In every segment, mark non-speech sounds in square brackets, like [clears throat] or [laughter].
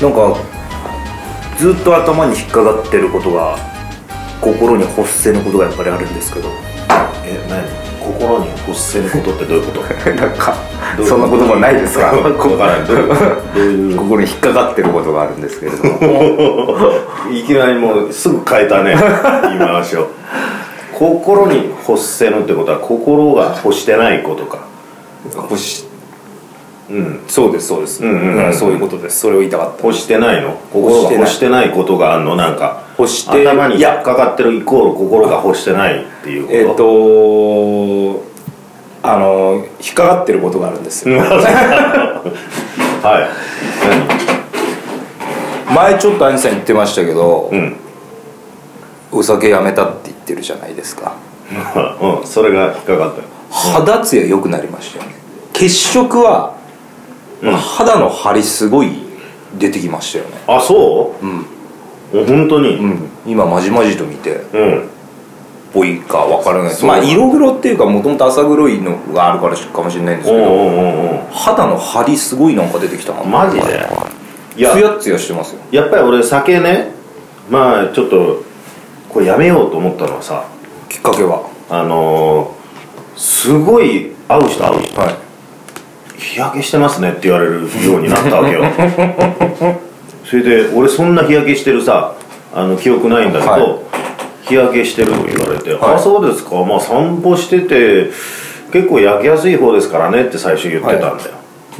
なんかずっと頭に引っかかってることが心に発せぬことがやっぱりあるんですけどえ何心に発せる [laughs] ことってどういうことなんかどういうそんなこともないですかわからないどういうどういう心に引っかかってることがあるんですけれどもいきなりもうすぐ変え [laughs] たね言い回しを心に欲せぬってことは心が欲してないことか欲しうんそうですそうです、うんうんうんだからそういうことですそれを言いたかった欲してないの心が欲欲ししてないことがあるのなんか欲して頭にい引やっかかってるイコール心が欲してないっていうことえっ、とあの引っかかってることがあるんですよ、 [laughs] はい前ちょっと兄さん言ってましたけど、何うんお酒やめたって言ってるじゃないですかうん、 [laughs] それが引っかかったよ肌ツヤ良くなりましたよね血色は、うん肌の張りすごい出てきましたよねあそううん、うん本当にうん、今まじまじと見てうんぽいかわからないそうまあ色黒っていうかもともと浅黒いのがあるからかもしれないんですおうけどおうおう肌の張りすごいなんか出てきたなおうマジでいツヤツヤしてますよやっぱり俺酒ねまあちょっとこれやめようと思ったのはさきっかけはあのー、すごい会う人会う人はい日焼けしてますねって言われるようになったわけよそれで俺そんな日焼けしてるさあの記憶ないんだけど、は日焼けしてると言われて「はいあそうですかまあ散歩してて結構焼けやすい方ですからね」って最初言ってたんだよ、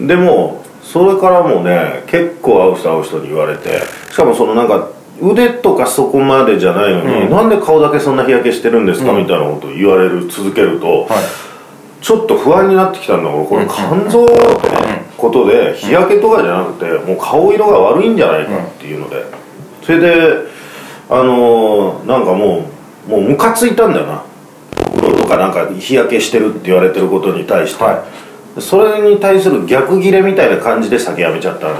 でもそれからもね結構会う人会う人に言われてしかもそのなんか腕とかそこまでじゃないのに、なんで顔だけそんな日焼けしてるんですか、みたいなこと言われる続けると、はいちょっと不安になってきたんだ俺これ肝臓ってことで日焼けとかじゃなくてもう顔色が悪いんじゃないかっていうのでそれであのーなんかもうもうムカついたんだよな袋とかなんか日焼けしてるって言われてることに対してはそれに対する逆ギレみたいな感じで酒やめちゃったのあ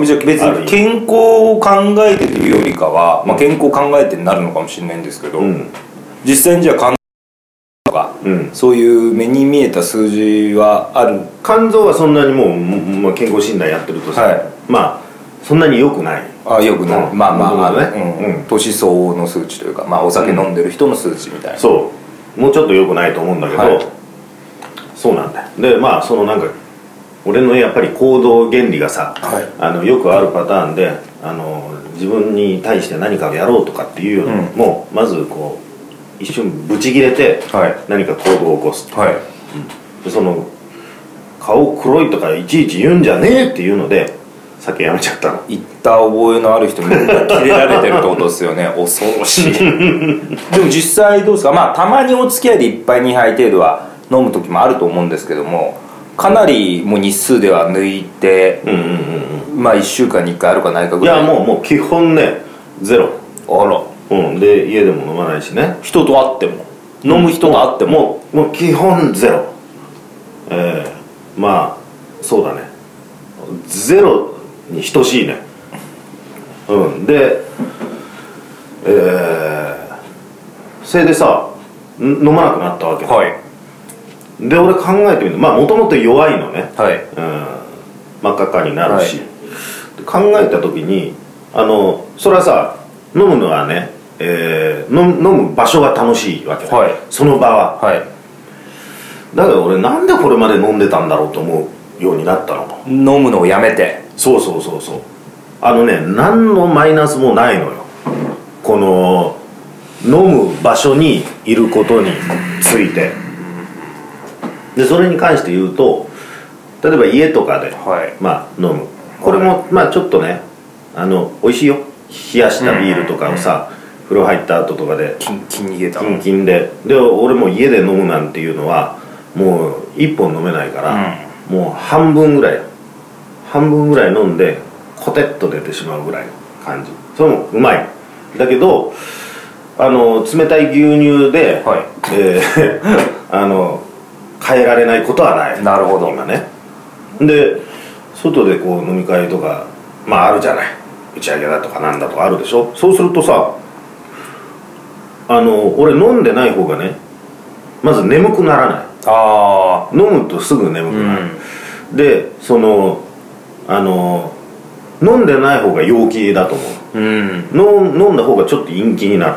あじゃあ別ある意に味健康を考えてるよりかは、まあ、健康を考えてになるのかもしれないんですけど、うん実際にじゃあ肝とかうんそういう目に見えた数字はある肝臓はそんなにもうもうもう健康診断やってるとさ、はいまあそんなに良くないあよくない、うんまあまああそうの、だねうんうん年相応の数値というか、まあ、お酒飲んでる人の数値みたいな、そうもうちょっと良くないと思うんだけど、はいそうなんだよでまあそのなんか俺のやっぱり行動原理がさ、はいあのよくあるパターンであの自分に対して何かをやろうとかっていうよりも、まずこう一瞬ブチ切れてはい何か行動を起こす、はいでその顔黒いとかいちいち言うんじゃねえっていうので酒やめちゃったの言った覚えのある人みんなキレられてるってことです [laughs] よね恐ろしいでも実際どうですかまあたまにお付き合いで1杯2杯程度は飲む時もあると思うんですけどもかなりもう日数では抜いて、うんうんうんまあ1週間に1回あるかないかうんいぐらやいもうもう基本ねゼロあらうんで家でも飲まないしね人と会っても飲む人と会っても、もうもう基本ゼロええまあそうだねゼロに等しいねうんでええそれでさん飲まなくなったわけ、はいで俺考えてみるまあもともと弱いのねはいうん真っ赤っかになるし、で考えた時にあのそれはさ飲むのはね、えー飲む飲む場所が楽しいわけ、はいその場ははいだけど俺なんでこれまで飲んでたんだろうと思うようになったの飲むのをやめてそうそうそうそうあのね何のマイナスもないのよこの飲む場所にいることについてでそれに関して言うと例えば家とかで、はいまあ飲むこれもまあちょっとねあの美味しいよ冷やしたビールとかをさ、風呂入った後とかでキンキンに冷えたキンキンでで俺も家で飲むなんていうのはもう1本飲めないから、もう半分ぐらい半分ぐらい飲んでコテッと出てしまうぐらいの感じそれもうまいだけどあの冷たい牛乳で、はえー [laughs] あの変えられないことはないなるほど今ねで外でこう飲み会とかまああるじゃない打ち上げだとかなんだとかあるでしょそうするとさあの俺飲んでない方がねまず眠くならないあ飲むとすぐ眠あくうなる、んでそのあの飲んでない方が陽気だと思ううん飲ん飲んだ方がちょっと陰気になる、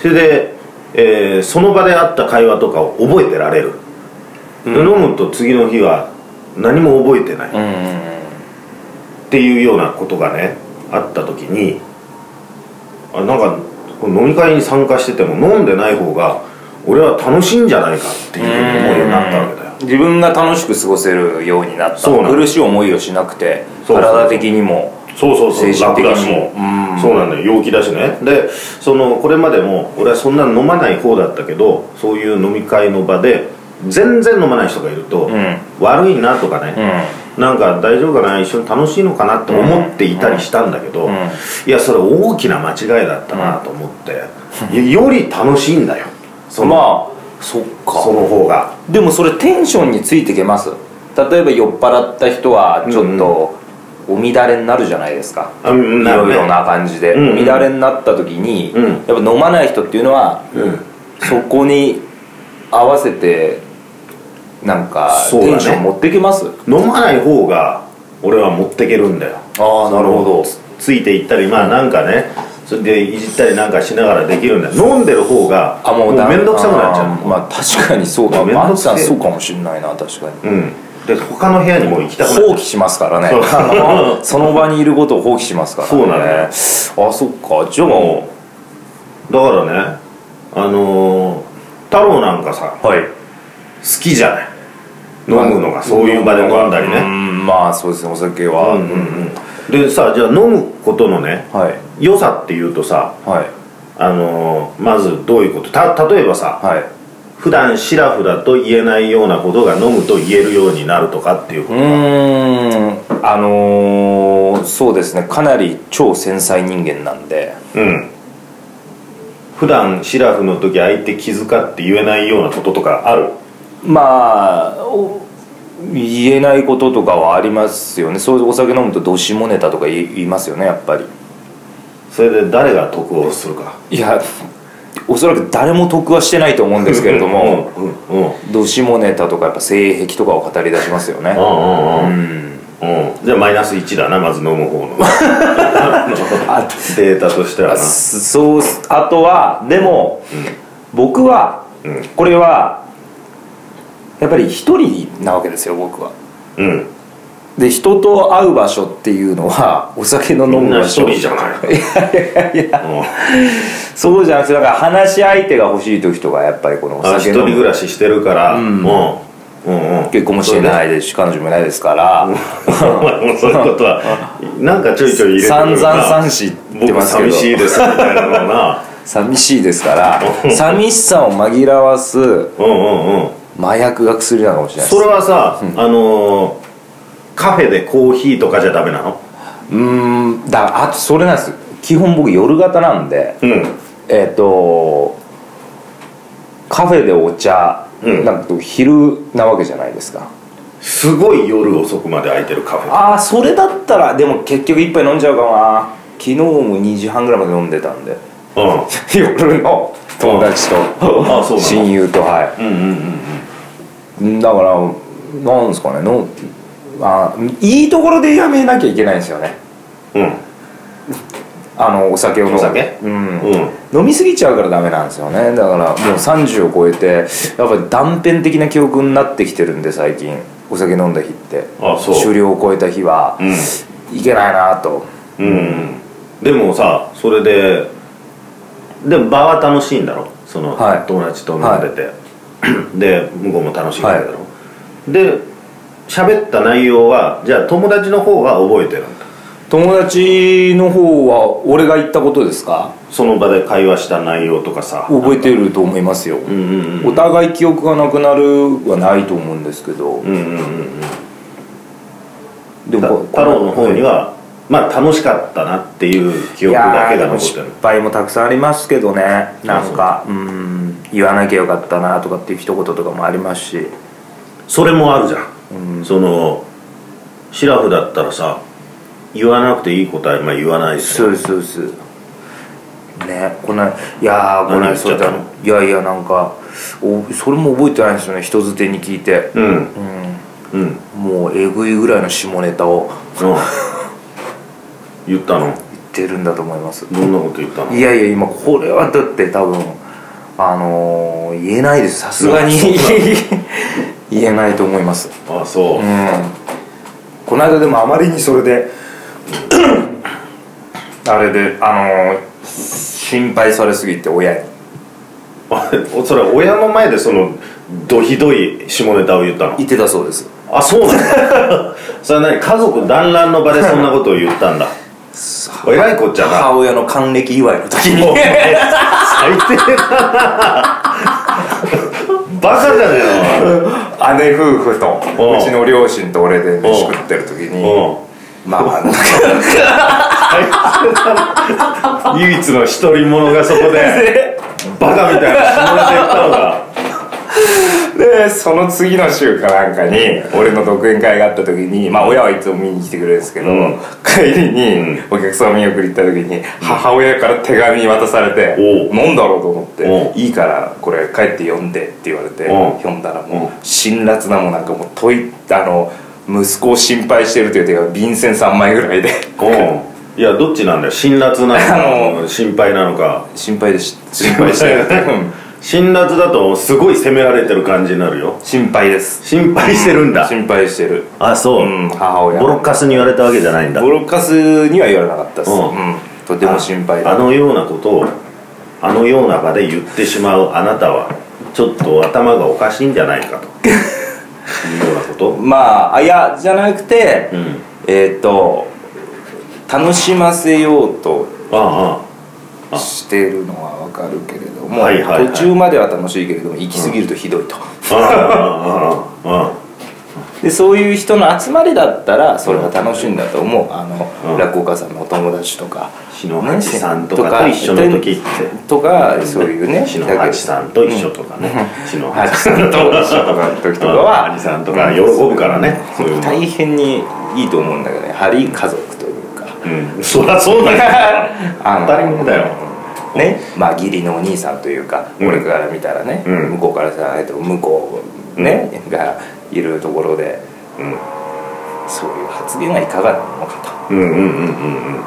それで、えーその場であった会話とかを覚えてられる、で飲むと次の日は何も覚えてない、うっんていうようなことがねあった時にあなんかこの飲み会に参加してても飲んでない方が俺は楽しいんじゃないかっていうふうに思うようになったわけだよ自分が楽しく過ごせるようになったそうなん苦しい思いをしなくてそうそうそう体的にもそうそうそう精神的楽だしにもそうなんだよ陽気だしねでそのこれまでも俺はそんな飲まない方だったけどそういう飲み会の場で全然飲まない人がいると、ん悪いなとかね、なんか大丈夫かな一緒に楽しいのかなって思っていたりしたんだけど、んいやそれ大きな間違いだったなと思って、より楽しいんだようそんの,、まあそっかその方がでもそれテンションについていけます例えば酔っ払った人はちょっとお乱れになるじゃないですか、あうんいなるろねいろな感じで、うんうん乱れになった時に、うんやっぱ飲まない人っていうのは、んそこに合わせてなんかそうだねテンション持ってきます、飲まない方が俺は持ってけるんだよああなるほどつついていったりまあなんかねそれでいじったりなんかしながらできるんだよ飲んでる方があももううだ面倒くさくなっちゃあーうまあ確かにそうだ面倒マくンせえさんそうかもしんないな確かにうんで他の部屋にもう行きたくな放い棄しますからねそうあ [laughs] のその場にいることを放棄しますからねそうだねあそっかじゃあもうだからねあのー、太郎なんかさはい好きじゃない飲むのがそういう場で飲んだりうねんまあそうですねお酒は、うんうんうんでさじゃあ飲むことのねはい良さっていうとさはいあのー、まずどういうことた例えばさはい普段シラフだと言えないようなことが飲むと言えるようになるとかっていううことーんあのー、そうですねかなり超繊細人間なんでうん普段シラフの時相手気遣って言えないようなこととかあるまあお言えないこととかはありますよねそういうお酒飲むとどしもネタとか言い言いますよねやっぱりそれで誰が得をするかいやおそらく誰も得はしてないと思うんですけれどもうんうんうんどしもネタとかやっぱ性癖とかを語り出しますよねうんううんんうんうんじゃあマイナス1だなまず飲む方の [laughs] あデータとしてはなそうあとはでも、僕は、うんこれはやっぱり一人なわけですよ僕はうんで人と会う場所っていうのはお酒の飲みんむな場一所人じゃないうんそうじゃなくてだから話し相手が欲しい時とかやっぱりこのおあ酒一飲む人暮らししてるからうんうんうん結婚もしていないですし彼女もいないですから、そういうことはなんかちょいちょい入れてく散るな々三子言って僕ますけど寂しいですみたいなのな寂しいですから寂しさを紛らわすうんうんうん麻薬が薬なのかもしれないでそすれはさ、あのーカフェでコーヒーとかじゃダメなのうーんだからあとそれなんです基本僕夜型なんでうんえっ、とカフェでお茶、うんなんか昼なわけじゃないですかすごい夜遅くまで空いてるカフェああそれだったらでも結局一杯飲んじゃうかもな昨日も2時半ぐらいまで飲んでたんでうん夜の友達とあそうなの親友とはいうんうんうんだからなんですかねのあいいところでやめなきゃいけないんですよねうんあのお酒を飲むお酒うんうん飲みすぎちゃうからダメなんですよねだからもう30を超えてやっぱり断片的な記憶になってきてるんで最近お酒飲んだ日ってあそう終了を超えた日は、いけないなとうん、うん、でもさそれででも場は楽しいんだろその、はい友達と飲んでて、 [clears throat] で向こうも楽しいんだろ、はで喋った内容はじゃあ友達の方は覚えてるんだ友達の方は俺が言ったことですかその場で会話した内容とかさ覚えてると思いますよ、うんうんお互い記憶がなくなるはないと思うんですけど、うんうんうんうんでたも太郎の方にはまあ楽しかったなっていう記憶だいやーけが残ってでるも失敗もたくさんありますけどねなんかうん言わなきゃよかったなとかっていう一言とかもありますしそれもあるじゃん、そのシラフだったらさ言わなくていい答えまあ言わないですそうですそうですねこのいやーこ何言のっちゃそっうただのいやいやなんかおそれも覚えてないんですよね人づてに聞いてうんうんうんもうえぐいぐらいの下ネタを言ったの言ってるんだと思いますどんなこと言ったのいやいや今これはだって多分あのー言えないですさす [laughs] がに言えないと思いますあそう、この間でもあまりにそれで [coughs] あれであのー心配されすぎて親にあれそれは親の前でそのどひどい下ネタを言ったの言ってたそうですあそうなんだ [laughs] それは何家族団らんの場でそんなことを言ったんだ偉いこっちゃな母親の還暦祝いの時にお前最低だなバカじゃねえ [laughs] の姉夫婦とおううちの両親と俺で飯食ってる時にお前まあなんかうん唯一の独り者がそこで [laughs] バカみたいな下ネタ言ったのがでその次の週かなんかに俺の独演会があった時にまあ親はいつも見に来てくれるんですけど、うん帰りにお客さんを見送り行った時に母親から手紙渡されておう何だろうと思ってお「いいからこれ帰って読んで」って言われておう読んだらおもうう辛辣なもうなんかもう問いあの息子を心配してるという手が便箋3枚ぐらいで [laughs] うんいやどっちなんだよ辛辣なのあか心配なのか心配でし心配して [laughs] るうん辛辣だとすごい責められてる感じになるよ心配です心配してるんだ心配してるあそううん母親ボロッカスに言われたわけじゃないんだボロカスには言われなかったです、ううんんとても心配あだのようなことをあのような場で言ってしまうあなたはちょっと頭がおかしいんじゃないかというようなことまああいやじゃなくて、うんえーっ、と楽しませようとあしてるのはわかるけれども、はいはいはい途中までは楽しいけれども行き過ぎるとひどいと、ああああああああでそういう人の集まりだったらそれは楽しいんだと思うあの、うん落語家さんのお友達とか篠八さんとかと一緒の時ってとかそういうね篠八さんと一緒とかね篠ハ八チささんんと一緒とかの時とかはうん兄さんとか喜ぶからねそういうの大変にいいと思うんだけどねやはり家族というかうんそりゃそうだよあの当たり前だよねまあ義理のお兄さんというか、うん俺から見たらね、うん向こうからさえっと向こうね、がいるところでうんそういう発言はいかがなのかうんうんうんうんうん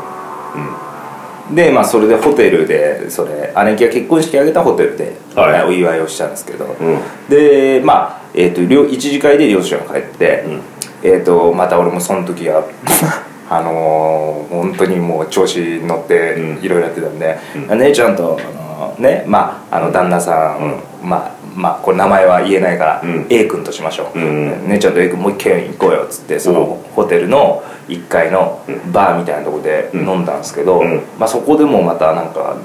とでまあそれでホテルでそれ姉貴が結婚式挙げたホテルで、はいお祝いをしたんですけど、うんでまあ、えー、と両一次会で両親が帰って、うんえー、とまた俺もその時は [laughs] あのー、本当にもう調子に乗ってうんいろいろやってたんで、姉ちゃんと、あのーねまああの旦那さん、まあまあこれ名前は言えないから、うん A 君としましょう、うんうん姉ちゃんと A 君もう一軒行こうよっつってそのおホテルの1階のバーみたいなとこで飲んだんですけど、うんまあ、そこでもまたなんか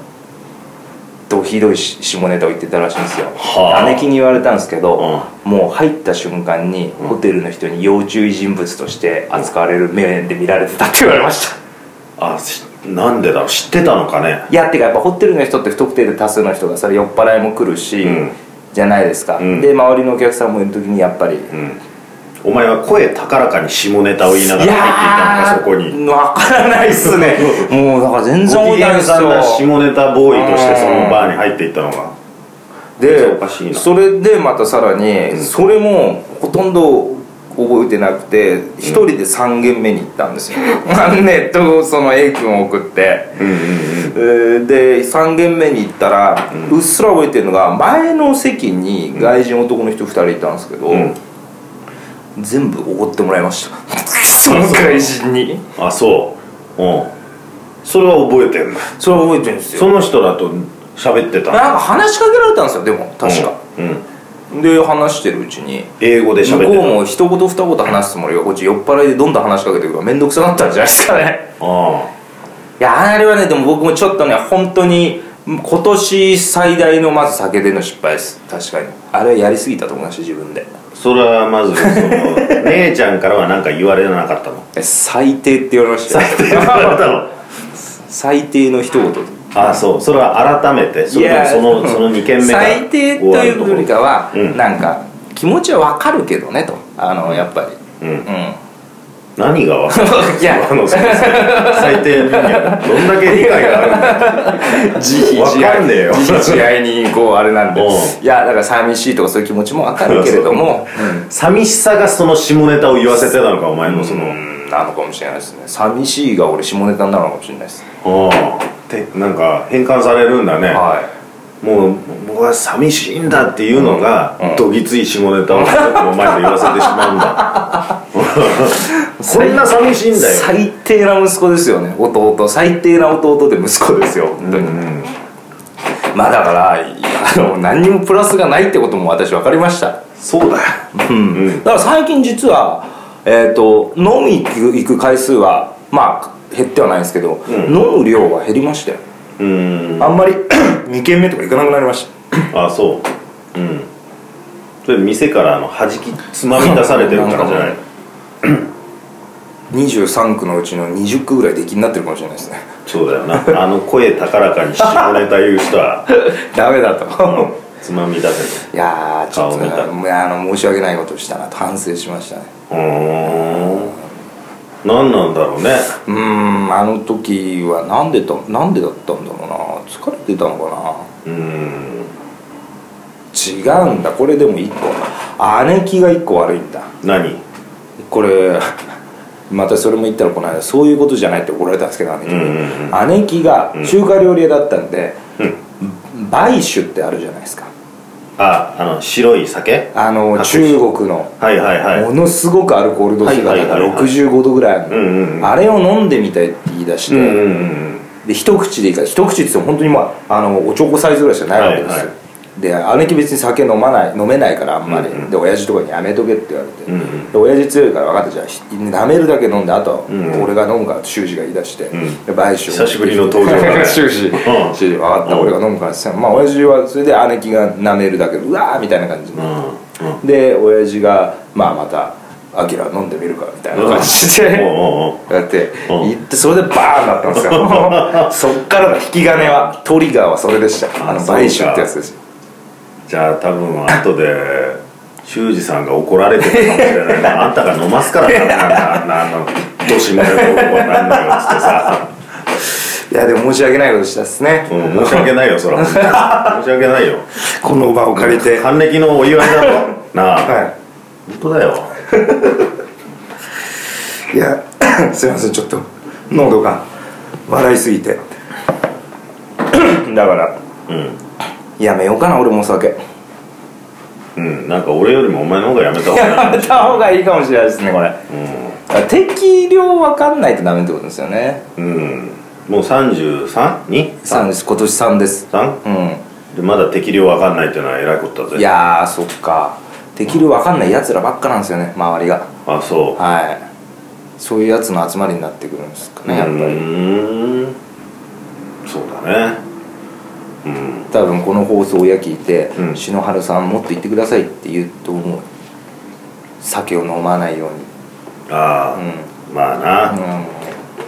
どひどいし下ネタを言ってたらしいんですよ、はあ姉貴に言われたんですけど、もう入った瞬間にホテルの人に要注意人物として扱われる目で見られてたって言われましたあしなんでだろう知ってたのかねいやってかやっぱホテルの人って不特定で多数の人がそれ酔っ払いも来るし、うんじゃないですか、うんで周りのお客さんもいる時にやっぱ [laughs] り、うんお前は声高らかに下ネタを言いながら入っていたのかそこにわからないっす [laughs] ねもうだから全然覚ご機えてないん嫌ですさんなよ下ネタボーイとしてそのバーに入っていったのがでおかしいなそれでまたさらに、それもほとんど覚えてなくて一人で3軒目に行ったんですよ、 [laughs] まあねとその A 君を送って、うんうんうんえーで3軒目に行ったら、うっすら覚えてるのが前の席に外人男の人2人いたんですけど、ん全部おごってもらいま [laughs] したその外人にあそううんそれは覚えてんだそれは覚えてるんですよその人だと喋ってたなんか話しかけられたんですよでも確か、うん、うんで話してるうちに英語で向喋こってうたも一言二言話すつもりがこっち酔っ払いでどんどん話しかけてくるから面倒くさかったんじゃないですかねあ [laughs] いやあれはねでも僕もちょっとね本当に今年最大のまず酒での失敗です確かにあれはやりすぎたと思いました自分であそれはまずその姉ちゃんからは何か言われなかったのえ最低って言われました最言われたの [laughs] 最低の一言 [laughs] ああそうそれは改めてそれともそのその2件目が最低というよりかは、うんなんか気持ちはわかるけどねとあのやっぱりううんん何が分かるいやあ [laughs] のその最低分野どんだけ理解があるんだよ自わかんねえよ自自愛にこうあれなんでういやだから寂しいとかそういう気持ちもわかるけれども寂しさがその下ネタを言わせてたのかお前のそのなのかもしれないですね寂しいが俺下ネタになるのかもしれないですああてなんか変換されるんだね、はいもう僕は寂しいんだっていうのが、うんどぎつい下ネタをもう前で言わせてしまう [laughs] んだこんな寂しいんだよ最低な息子ですよね弟最低な弟で息子ですよ本当に、うんまあだからあの何にもプラスがないってことも私分かりましたそうだようんうんだから最近実は、えー、と飲み行く行く回数はまあ減ってはないんですけど、飲む量は減りましたようんあんまり [coughs] 2軒目とか行かなくなりましたあそううんそれ店からあの弾きつまみ出されてるからじゃない23区のうちの20区ぐらい出禁になってるかもしれない [laughs] ですねそうだよなあの声高らかに下ネタ言う人は、 [laughs] ダメだと、うん、つまみ出せいやーちょっとね顔見いやあの申し訳ないことをしたなと反省しましたねうーん何なんだろうねうーんあの時はなんでだなんでだったんだろうな疲れてたのかなうん違うんだこれでも1個姉貴が1個悪いんだ何これ [laughs] またそれも言ったらこの間そういうことじゃないって怒られたんですけど姉貴に、うん姉貴が中華料理屋だったんで、梅酒ってあるじゃないですかああの白い酒あの白中酒国のはいはいはいものすごくアルコール度数がはいはいはいはい65度ぐらいあるの、うんうんうんあれを飲んでみたいって言い出して、うんうんうんで一口でいいから一口って言っても本当にまああのおちょこサイズぐらいしかないわけですよ、はいはで姉貴別に酒飲まない飲めないからあんまり、うんうんで親父とかにやめとけって言われて、うんうんで親父強いから分かったじゃあひ舐めるだけ飲んであとはうんうん俺が飲むからって修二が言い出して、んで買収久しぶりの登場 [laughs] だね修二うん修二分かったうん俺が飲むからって言ったらまあ親父はそれで姉貴が舐めるだけうわーみたいな感じで、うんうんで親父がまあまた「アキラ飲んでみるか」みたいな感じで、おうおうおうだってう行んってそれでバーンだったんですよ [laughs] そっからの引き金はトリガーはそれでしたあのそうか買収ってやつですじゃあ多分後で修二さんが怒られてるかもしれないなあんたが飲ますからななななあのどしもやる男はなんだよっつってさ、いやでも申し訳ないことしたっすね、うん、申し訳ないよ [laughs] そら申し訳ないよこの場を借りて、はい還暦のお祝いだろなあ、本当だよいや [coughs] すいませんちょっと喉が笑いすぎてだからうんやめようかな俺もお酒うんなんか俺よりもお前の方がやめた方がいいやめた方がいいかもしれないですねこれ適量分かんないとダメってことですよねうん、うん、もう 33? に3です今年3です3うんでまだ適量わかんないっていうのは偉いことだぜいやーそっかできる分かんないやつらばっかなんですよね周りがあそうはいそういうやつの集まりになってくるんですかねやっぱうりーんそうだねうん多分この放送を親聞いて、うん篠原さんもっと言ってくださいって言うと思う酒を飲まないようにああ、まあな、うん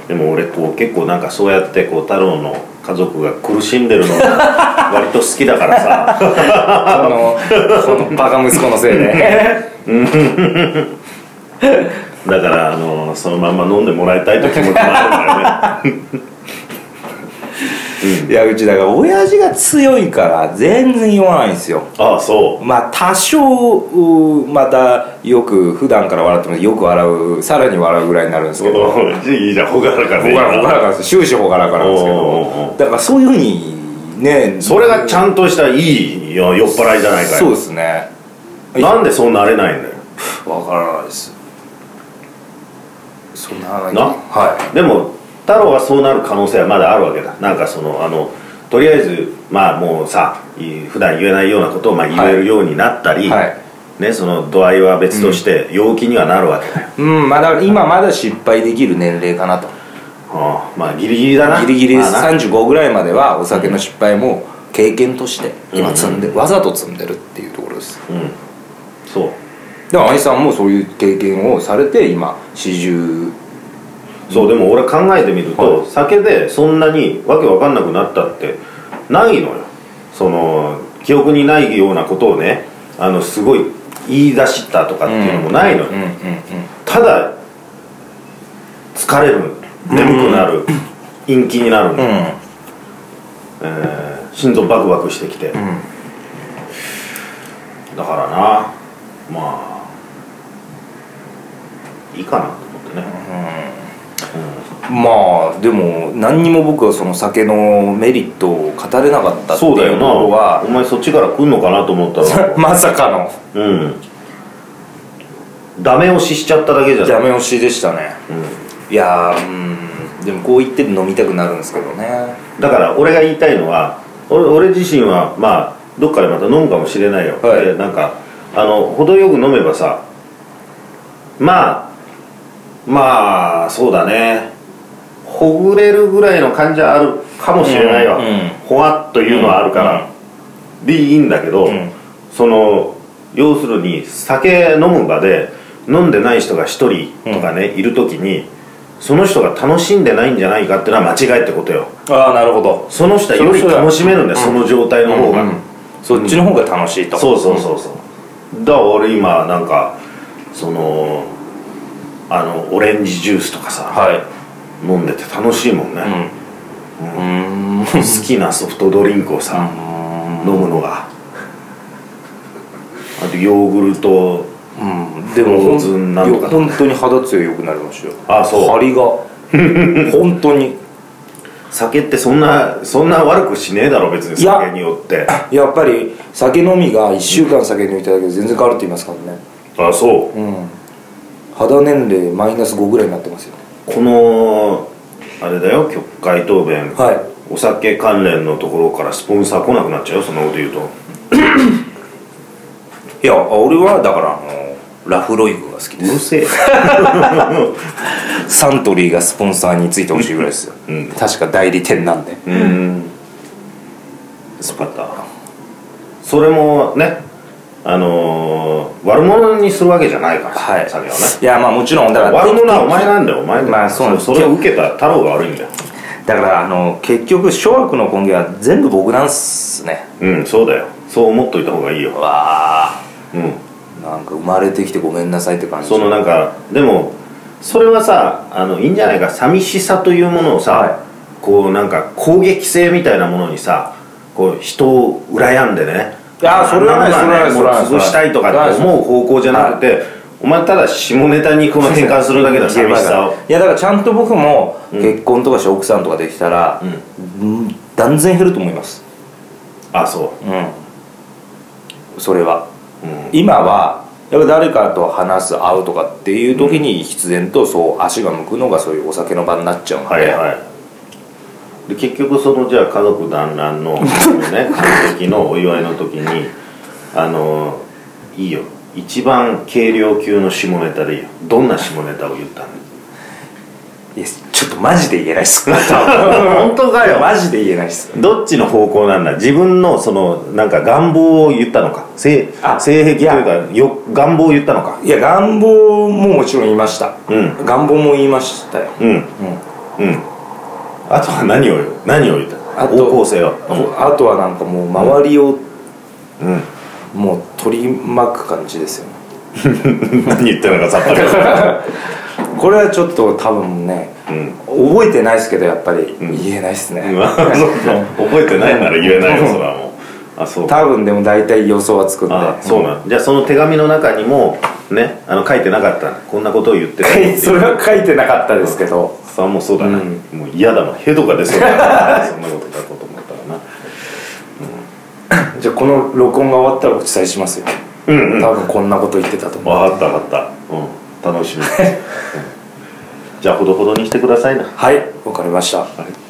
でも俺こう結構なんかそうやってこう太郎の家族が苦しんでる [laughs] のが割と好きだからさあのこのバカ息子のせいでだからあのそのまんま飲んでもらいたいという気持ち [laughs] もあるんだよねい [laughs] やうちだから親父が強いから全然言わないんですよああそまあ多少うまたよく普段から笑ってもよく笑うさらに笑うぐらいになるんですうけどいいじゃんほがらかほでいいがらほがならかなんですよ終始ほがらかなんですけおうおうおどうだからそういうふうにねそれがちゃんとしたいいよ酔っ払いじゃないかそうよですねなんでそうなれないんだよわからないですそんな話なはでも太郎はそうなる可能性はまだあるわけだなんかそのあのとりあえずまあもうさい普段言えないようなことをまあ言えるようになったり、いはいね、その度合いは別として陽気にはなるわけだよ、うんまあだから今まだ失敗できる年齢かなとああまあギリギリだなギリギリまあな35ぐらいまではお酒の失敗も経験として今積んでわざと積んでるっていうところですうんそうでも兄さんもそういう経験をされて今40そうでも俺考えてみると、酒でそんなにわけわかんなくなったってないのよその記憶にないようなことをねあのすごい言い出したとかっていうのもないのよ、うんうんうんただ疲れる眠くなる、陰気になる、うんえー心臓バクバクしてきて、だからなまあいいかなと思ってね、うまあでも何にも僕はその酒のメリットを語れなかったってそうだいようところなお [laughs] は前そっちから来んのかなと思ったらまさかのうんダメ押ししちゃっただけじゃダんメ押しでしたね、いやーうんでもこう言って飲みたくなるんですけどねだから俺が言いたいのは俺俺自身はまあどっかでまた飲むかもしれないよ、はいでなんかあの程よく飲めばさまあまあそうだねほぐれるぐらいの感じはあるかもしれないわ、うんうんほわっというのはあるから、でいいんだけど、うんその要するに酒飲む場で飲んでない人が一人とかね、いる時にその人が楽しんでないんじゃないかってのは間違いってことよああなるほどその人はよりその人は楽しめるんだよ、その状態の方が、うんそっちの方が楽しいと、そうそうそうそうだから俺今なんかそのあのオレンジジュースとかさ、はい飲んでて楽しいもんうね、んうーん好きなソフトドリンクをさ、飲むのがあとヨーグルトうんでもほん上手になるかな本当に肌強い良くなりましたよあそう張 [laughs] りが本当に酒ってそんなそんな悪くしねえだろ別にいや酒によってやっぱり酒飲みが1週間酒抜いただけで全然変わるって言いますからねあそううん肌年齢マイナス5ぐらいになってますよこのあれだよ曲解答弁、はいお酒関連のところからスポンサー来なくなっちゃうよそんなこと言うといや俺はだからあのラフロイグが好きう [laughs] るせえサントリーがスポンサーについてほしいぐらいです [laughs] よ、うん確か代理店なんでうんそっかったそれもねあのー、悪者にするわけじゃないから、はい酒はねいやまあもちろんだから悪者はお前なんだよお前まあそうなんですそれを受けた太郎が悪いんだよだからあの結局諸悪の根源は全部僕なんすねうんそうだよそう思っといた方がいいよわあうんなんか生まれてきてごめんなさいって感じそのなんかでもそれはさあのいいんじゃないか寂しさというものをさ、はこうなんか攻撃性みたいなものにさこう人を羨んでねいやそれはないなんかねそれはないもう潰したいとかって思う方向じゃなくてお前ただ下ネタにこの転換す [laughs] るだけだ消え寂まししたさをいやだからちゃんと僕も結婚とかして奥さんとかできたら、うん断然減ると思いますあそうんそれはう、うん、今はやっぱ誰かと話す会うとかっていう時に必然とそう足が向くのがそういうお酒の場になっちゃうので、はいはいで結局そのじゃあ家族団ら [laughs] んのね還暦のお祝いの時にあのいいよ一番軽量級の下ネタでいいよどんな下ネタを言ったのいやちょっとマジで言えないっす [laughs] 本当かマジで言えないっすどっちの方向なんだ自分のそのなんか願望を言ったのか性あ性癖というかよ願望を言ったのかいや願望ももちろん言いました、うん願望も言いましたよ、うんうんうんあとは何を言う何を言ったあと方向性はあとはなんかもう周りをうん、うんもう取り巻く感じですよね [laughs] 何言ってるのかさっぱりわかんないこれはちょっと多分ねうん覚えてないですけどやっぱり言えないですね、まあ [laughs] そうそう覚えてないなら言えないよそれはもうあそう多分でも大体予想はつくんであそうなんじゃあその手紙の中にもねあの書いてなかったこんなことを言ってたって [laughs] いうそれは書いてなかったですけど、さあもうそうだな、うんもう嫌だもんヘドが出そうだなそんなこと書こうと思ったらなじゃあこの録音が終わったらお伝えしますようんうん多分こんなこと言ってたと思うわかったわかったうん楽しみうんじゃあほどほどにしてくださいなはいわかりましたはい